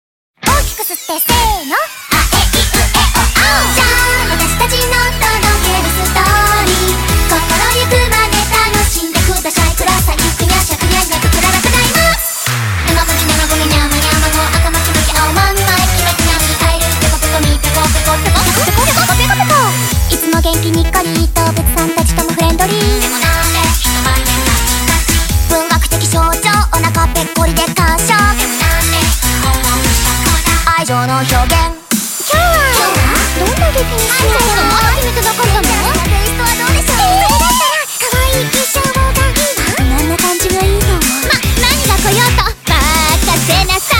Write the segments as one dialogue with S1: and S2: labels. S1: ックスってせーのあえいうえおあおじゃあ私たちの届けるストーリー心ゆくまで楽しんでくださいくださいくにゃしゃくにゃにゃくくららくらいます生麦生麦にゃまにゃまご赤巻き巻き青まんまいきまきなみカエルペコペコみペコペコペコペコペコペコペコペコいつも元気にっこり動物さんたちともフレンドリーでもなんで人前で文学的象徴お腹ぺっこりで感傷愛情の表現今日はどんな劇にしようまだ決めてなかったのテイストはどうでしょうテイストだったら可愛い衣装が今どんな感じがいいと思うま、何が来ようと任せなさ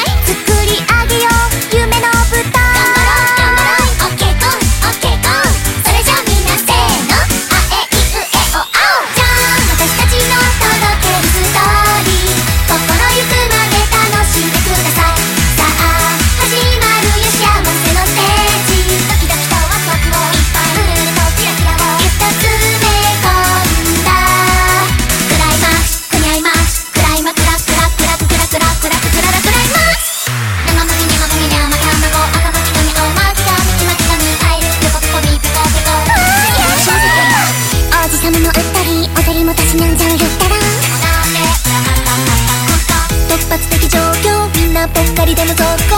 S1: い作り上げよう夢の舞台頑張ろう頑張ろうオッケーゴーオッケーゴーそれじゃあみんなせーのあえいうえおあおじゃあ私たちの届けるストーリー心ゆくまで楽しんでくださいさあ始まるよ幸せのステージドキドキとワクワクをいっぱいルールとキラキラをぎゅっと詰め込んだクライマックスクライマックスクライマクラクラクラクラクラクラクラクラクライマックス生麦生麦生麦生麦赤巻き髪青巻き髪黄巻き髪カエルペコペコビペコペコ王子様もうっとり踊りもたしなんじゃうよったら突発的状況みんなぽっかりでもここ